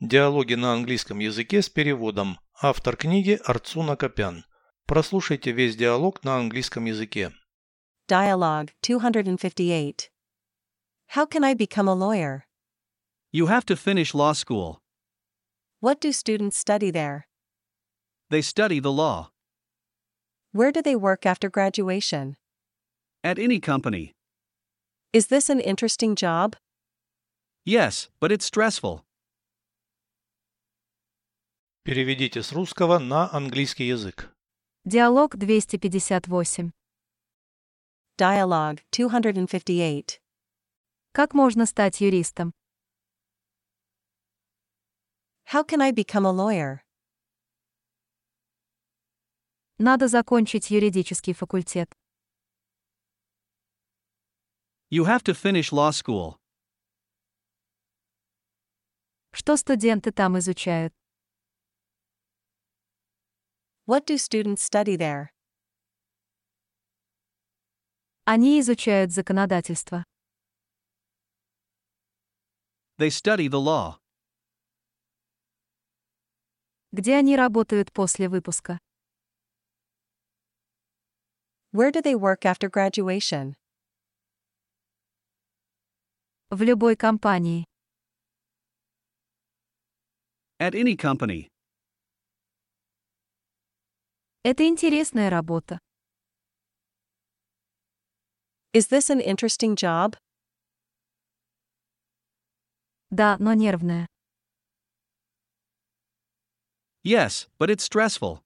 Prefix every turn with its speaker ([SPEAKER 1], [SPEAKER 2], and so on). [SPEAKER 1] Диалоги на английском языке с переводом. Автор книги Арцуна Копян. Прослушайте весь диалог на английском языке.
[SPEAKER 2] Dialogue 258. How can I become a lawyer?
[SPEAKER 3] You have to finish law school.
[SPEAKER 2] What do students study there?
[SPEAKER 3] They study the law.
[SPEAKER 2] Where do they work after graduation?
[SPEAKER 3] At any company.
[SPEAKER 2] Is this an interesting job?
[SPEAKER 3] Yes, but it's stressful.
[SPEAKER 1] Переведите с русского на английский язык.
[SPEAKER 4] Диалог 258.
[SPEAKER 2] Dialogue 258.
[SPEAKER 4] Как можно стать юристом?
[SPEAKER 2] How can I become a lawyer?
[SPEAKER 4] Надо закончить юридический факультет.
[SPEAKER 3] You have to finish law school.
[SPEAKER 4] Что студенты там изучают?
[SPEAKER 2] What do students study there?
[SPEAKER 4] Они изучают законодательство.
[SPEAKER 3] They study the law.
[SPEAKER 4] Где они работают после выпуска?
[SPEAKER 2] Where do they work after graduation?
[SPEAKER 4] В любой компании.
[SPEAKER 3] At any company.
[SPEAKER 4] Это интересная работа.
[SPEAKER 2] Is this an interesting job?
[SPEAKER 4] Да, но нервная.
[SPEAKER 3] Yes, but it's stressful.